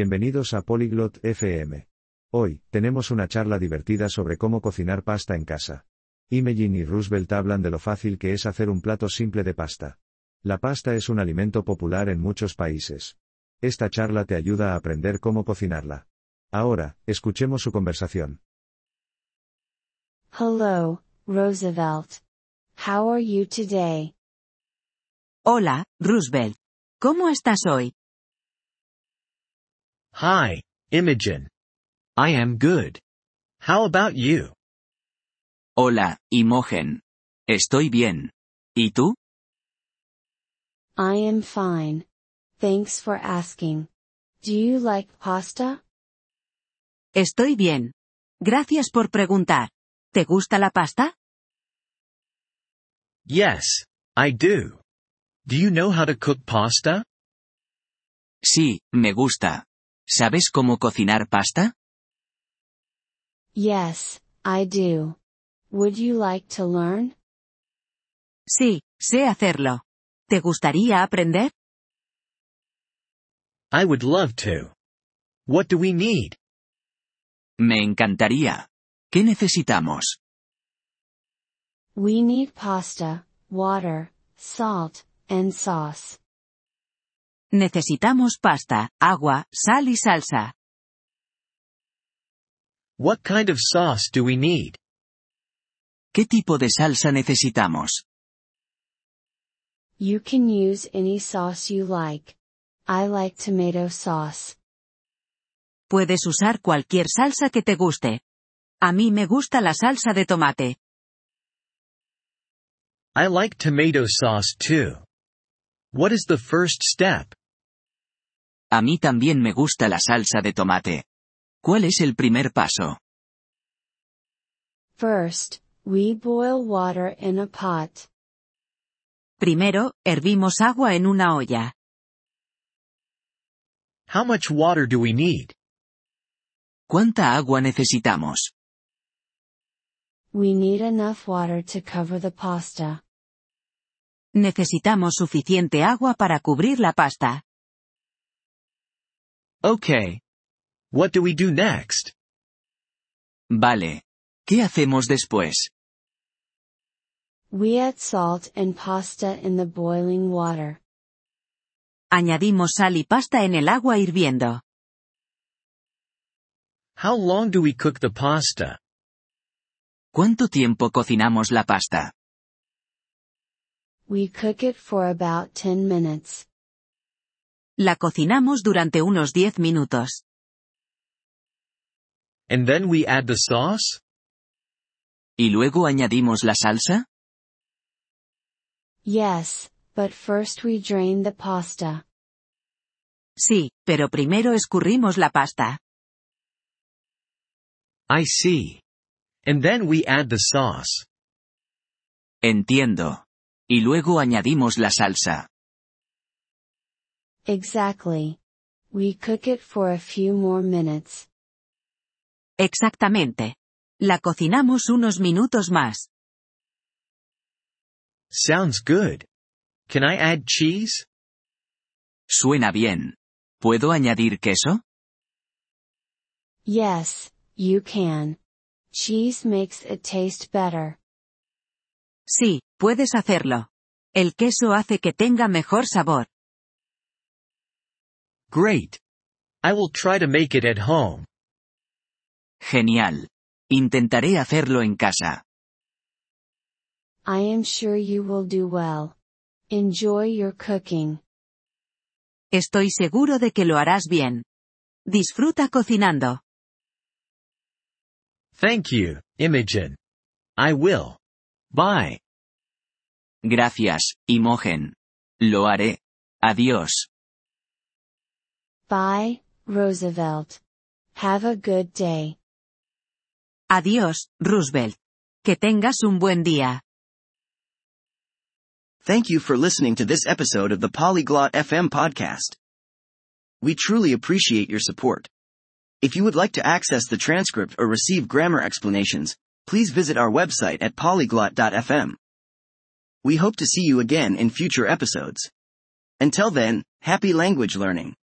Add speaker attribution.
Speaker 1: Bienvenidos a Polyglot FM. Hoy, tenemos una charla divertida sobre cómo cocinar pasta en casa. Imogen y Roosevelt hablan de lo fácil que es hacer un plato simple de pasta. La pasta es un alimento popular en muchos países. Esta charla te ayuda a aprender cómo cocinarla. Ahora, escuchemos su conversación.
Speaker 2: Hello, Roosevelt. How are you today?
Speaker 3: Hola, Roosevelt. ¿Cómo estás hoy?
Speaker 4: Hi, Imogen. I am good. How about you?
Speaker 5: Hola, Imogen. Estoy bien. ¿Y tú?
Speaker 2: I am fine. Thanks for asking. Do you like pasta?
Speaker 3: Estoy bien. Gracias por preguntar. ¿Te gusta la pasta?
Speaker 4: Yes, I do. Do you know how to cook pasta?
Speaker 5: Sí, me gusta. ¿Sabes cómo cocinar pasta?
Speaker 2: Yes, I do. Would you like to learn?
Speaker 3: Sí, sé hacerlo. ¿Te gustaría aprender?
Speaker 4: I would love to. What do we need?
Speaker 5: Me encantaría. ¿Qué necesitamos?
Speaker 2: We need pasta, water, salt, and sauce.
Speaker 3: Necesitamos pasta, agua, sal y salsa.
Speaker 4: What kind of sauce do we need?
Speaker 5: ¿Qué tipo de salsa necesitamos?
Speaker 2: You can use any sauce you like. I like tomato sauce.
Speaker 3: Puedes usar cualquier salsa que te guste. A mí me gusta la salsa de tomate.
Speaker 4: I like tomato sauce too. What is the first step?
Speaker 5: A mí también me gusta la salsa de tomate. ¿Cuál es el primer paso?
Speaker 2: First, we boil water in a pot.
Speaker 3: Primero, hervimos agua en una olla.
Speaker 4: How much water do we need?
Speaker 5: ¿Cuánta agua necesitamos?
Speaker 2: We need enough water to cover the pasta.
Speaker 3: Necesitamos suficiente agua para cubrir la pasta.
Speaker 5: Ok.
Speaker 4: What do we do next?
Speaker 5: Vale. ¿Qué hacemos después?
Speaker 2: We add salt and pasta in the boiling water.
Speaker 3: Añadimos sal y pasta en el agua hirviendo.
Speaker 4: How long do we cook the pasta?
Speaker 5: ¿Cuánto tiempo cocinamos la pasta?
Speaker 2: We cook it for about 10 minutes.
Speaker 3: La cocinamos durante unos 10 minutos.
Speaker 4: And then we add the sauce?
Speaker 5: ¿Y luego añadimos la salsa?
Speaker 2: Yes, but first we drain the pasta.
Speaker 3: Sí, pero primero escurrimos la pasta.
Speaker 4: I see. And then we add the sauce.
Speaker 5: Entiendo. Y luego añadimos la salsa.
Speaker 2: Exactly. We cook it for a few more minutes.
Speaker 3: Exactamente. La cocinamos unos minutos más.
Speaker 4: Sounds good. Can I add cheese?
Speaker 5: Suena bien. ¿Puedo añadir queso?
Speaker 2: Yes, you can. Cheese makes it taste better.
Speaker 3: Sí, puedes hacerlo. El queso hace que tenga mejor sabor.
Speaker 4: Great. I will try to make it at home.
Speaker 5: Genial. Intentaré hacerlo en casa.
Speaker 2: I am sure you will do well. Enjoy your cooking.
Speaker 3: Estoy seguro de que lo harás bien. Disfruta cocinando.
Speaker 4: Thank you, Imogen. I will. Bye.
Speaker 5: Gracias, Imogen. Lo haré. Adiós.
Speaker 2: Bye, Roosevelt. Have a good day.
Speaker 3: Adiós, Roosevelt. Que tengas un buen día.
Speaker 6: Thank you for listening to this episode of the Polyglot FM podcast. We truly appreciate your support. If you would like to access the transcript or receive grammar explanations, please visit our website at polyglot.fm. We hope to see you again in future episodes. Until then, happy language learning.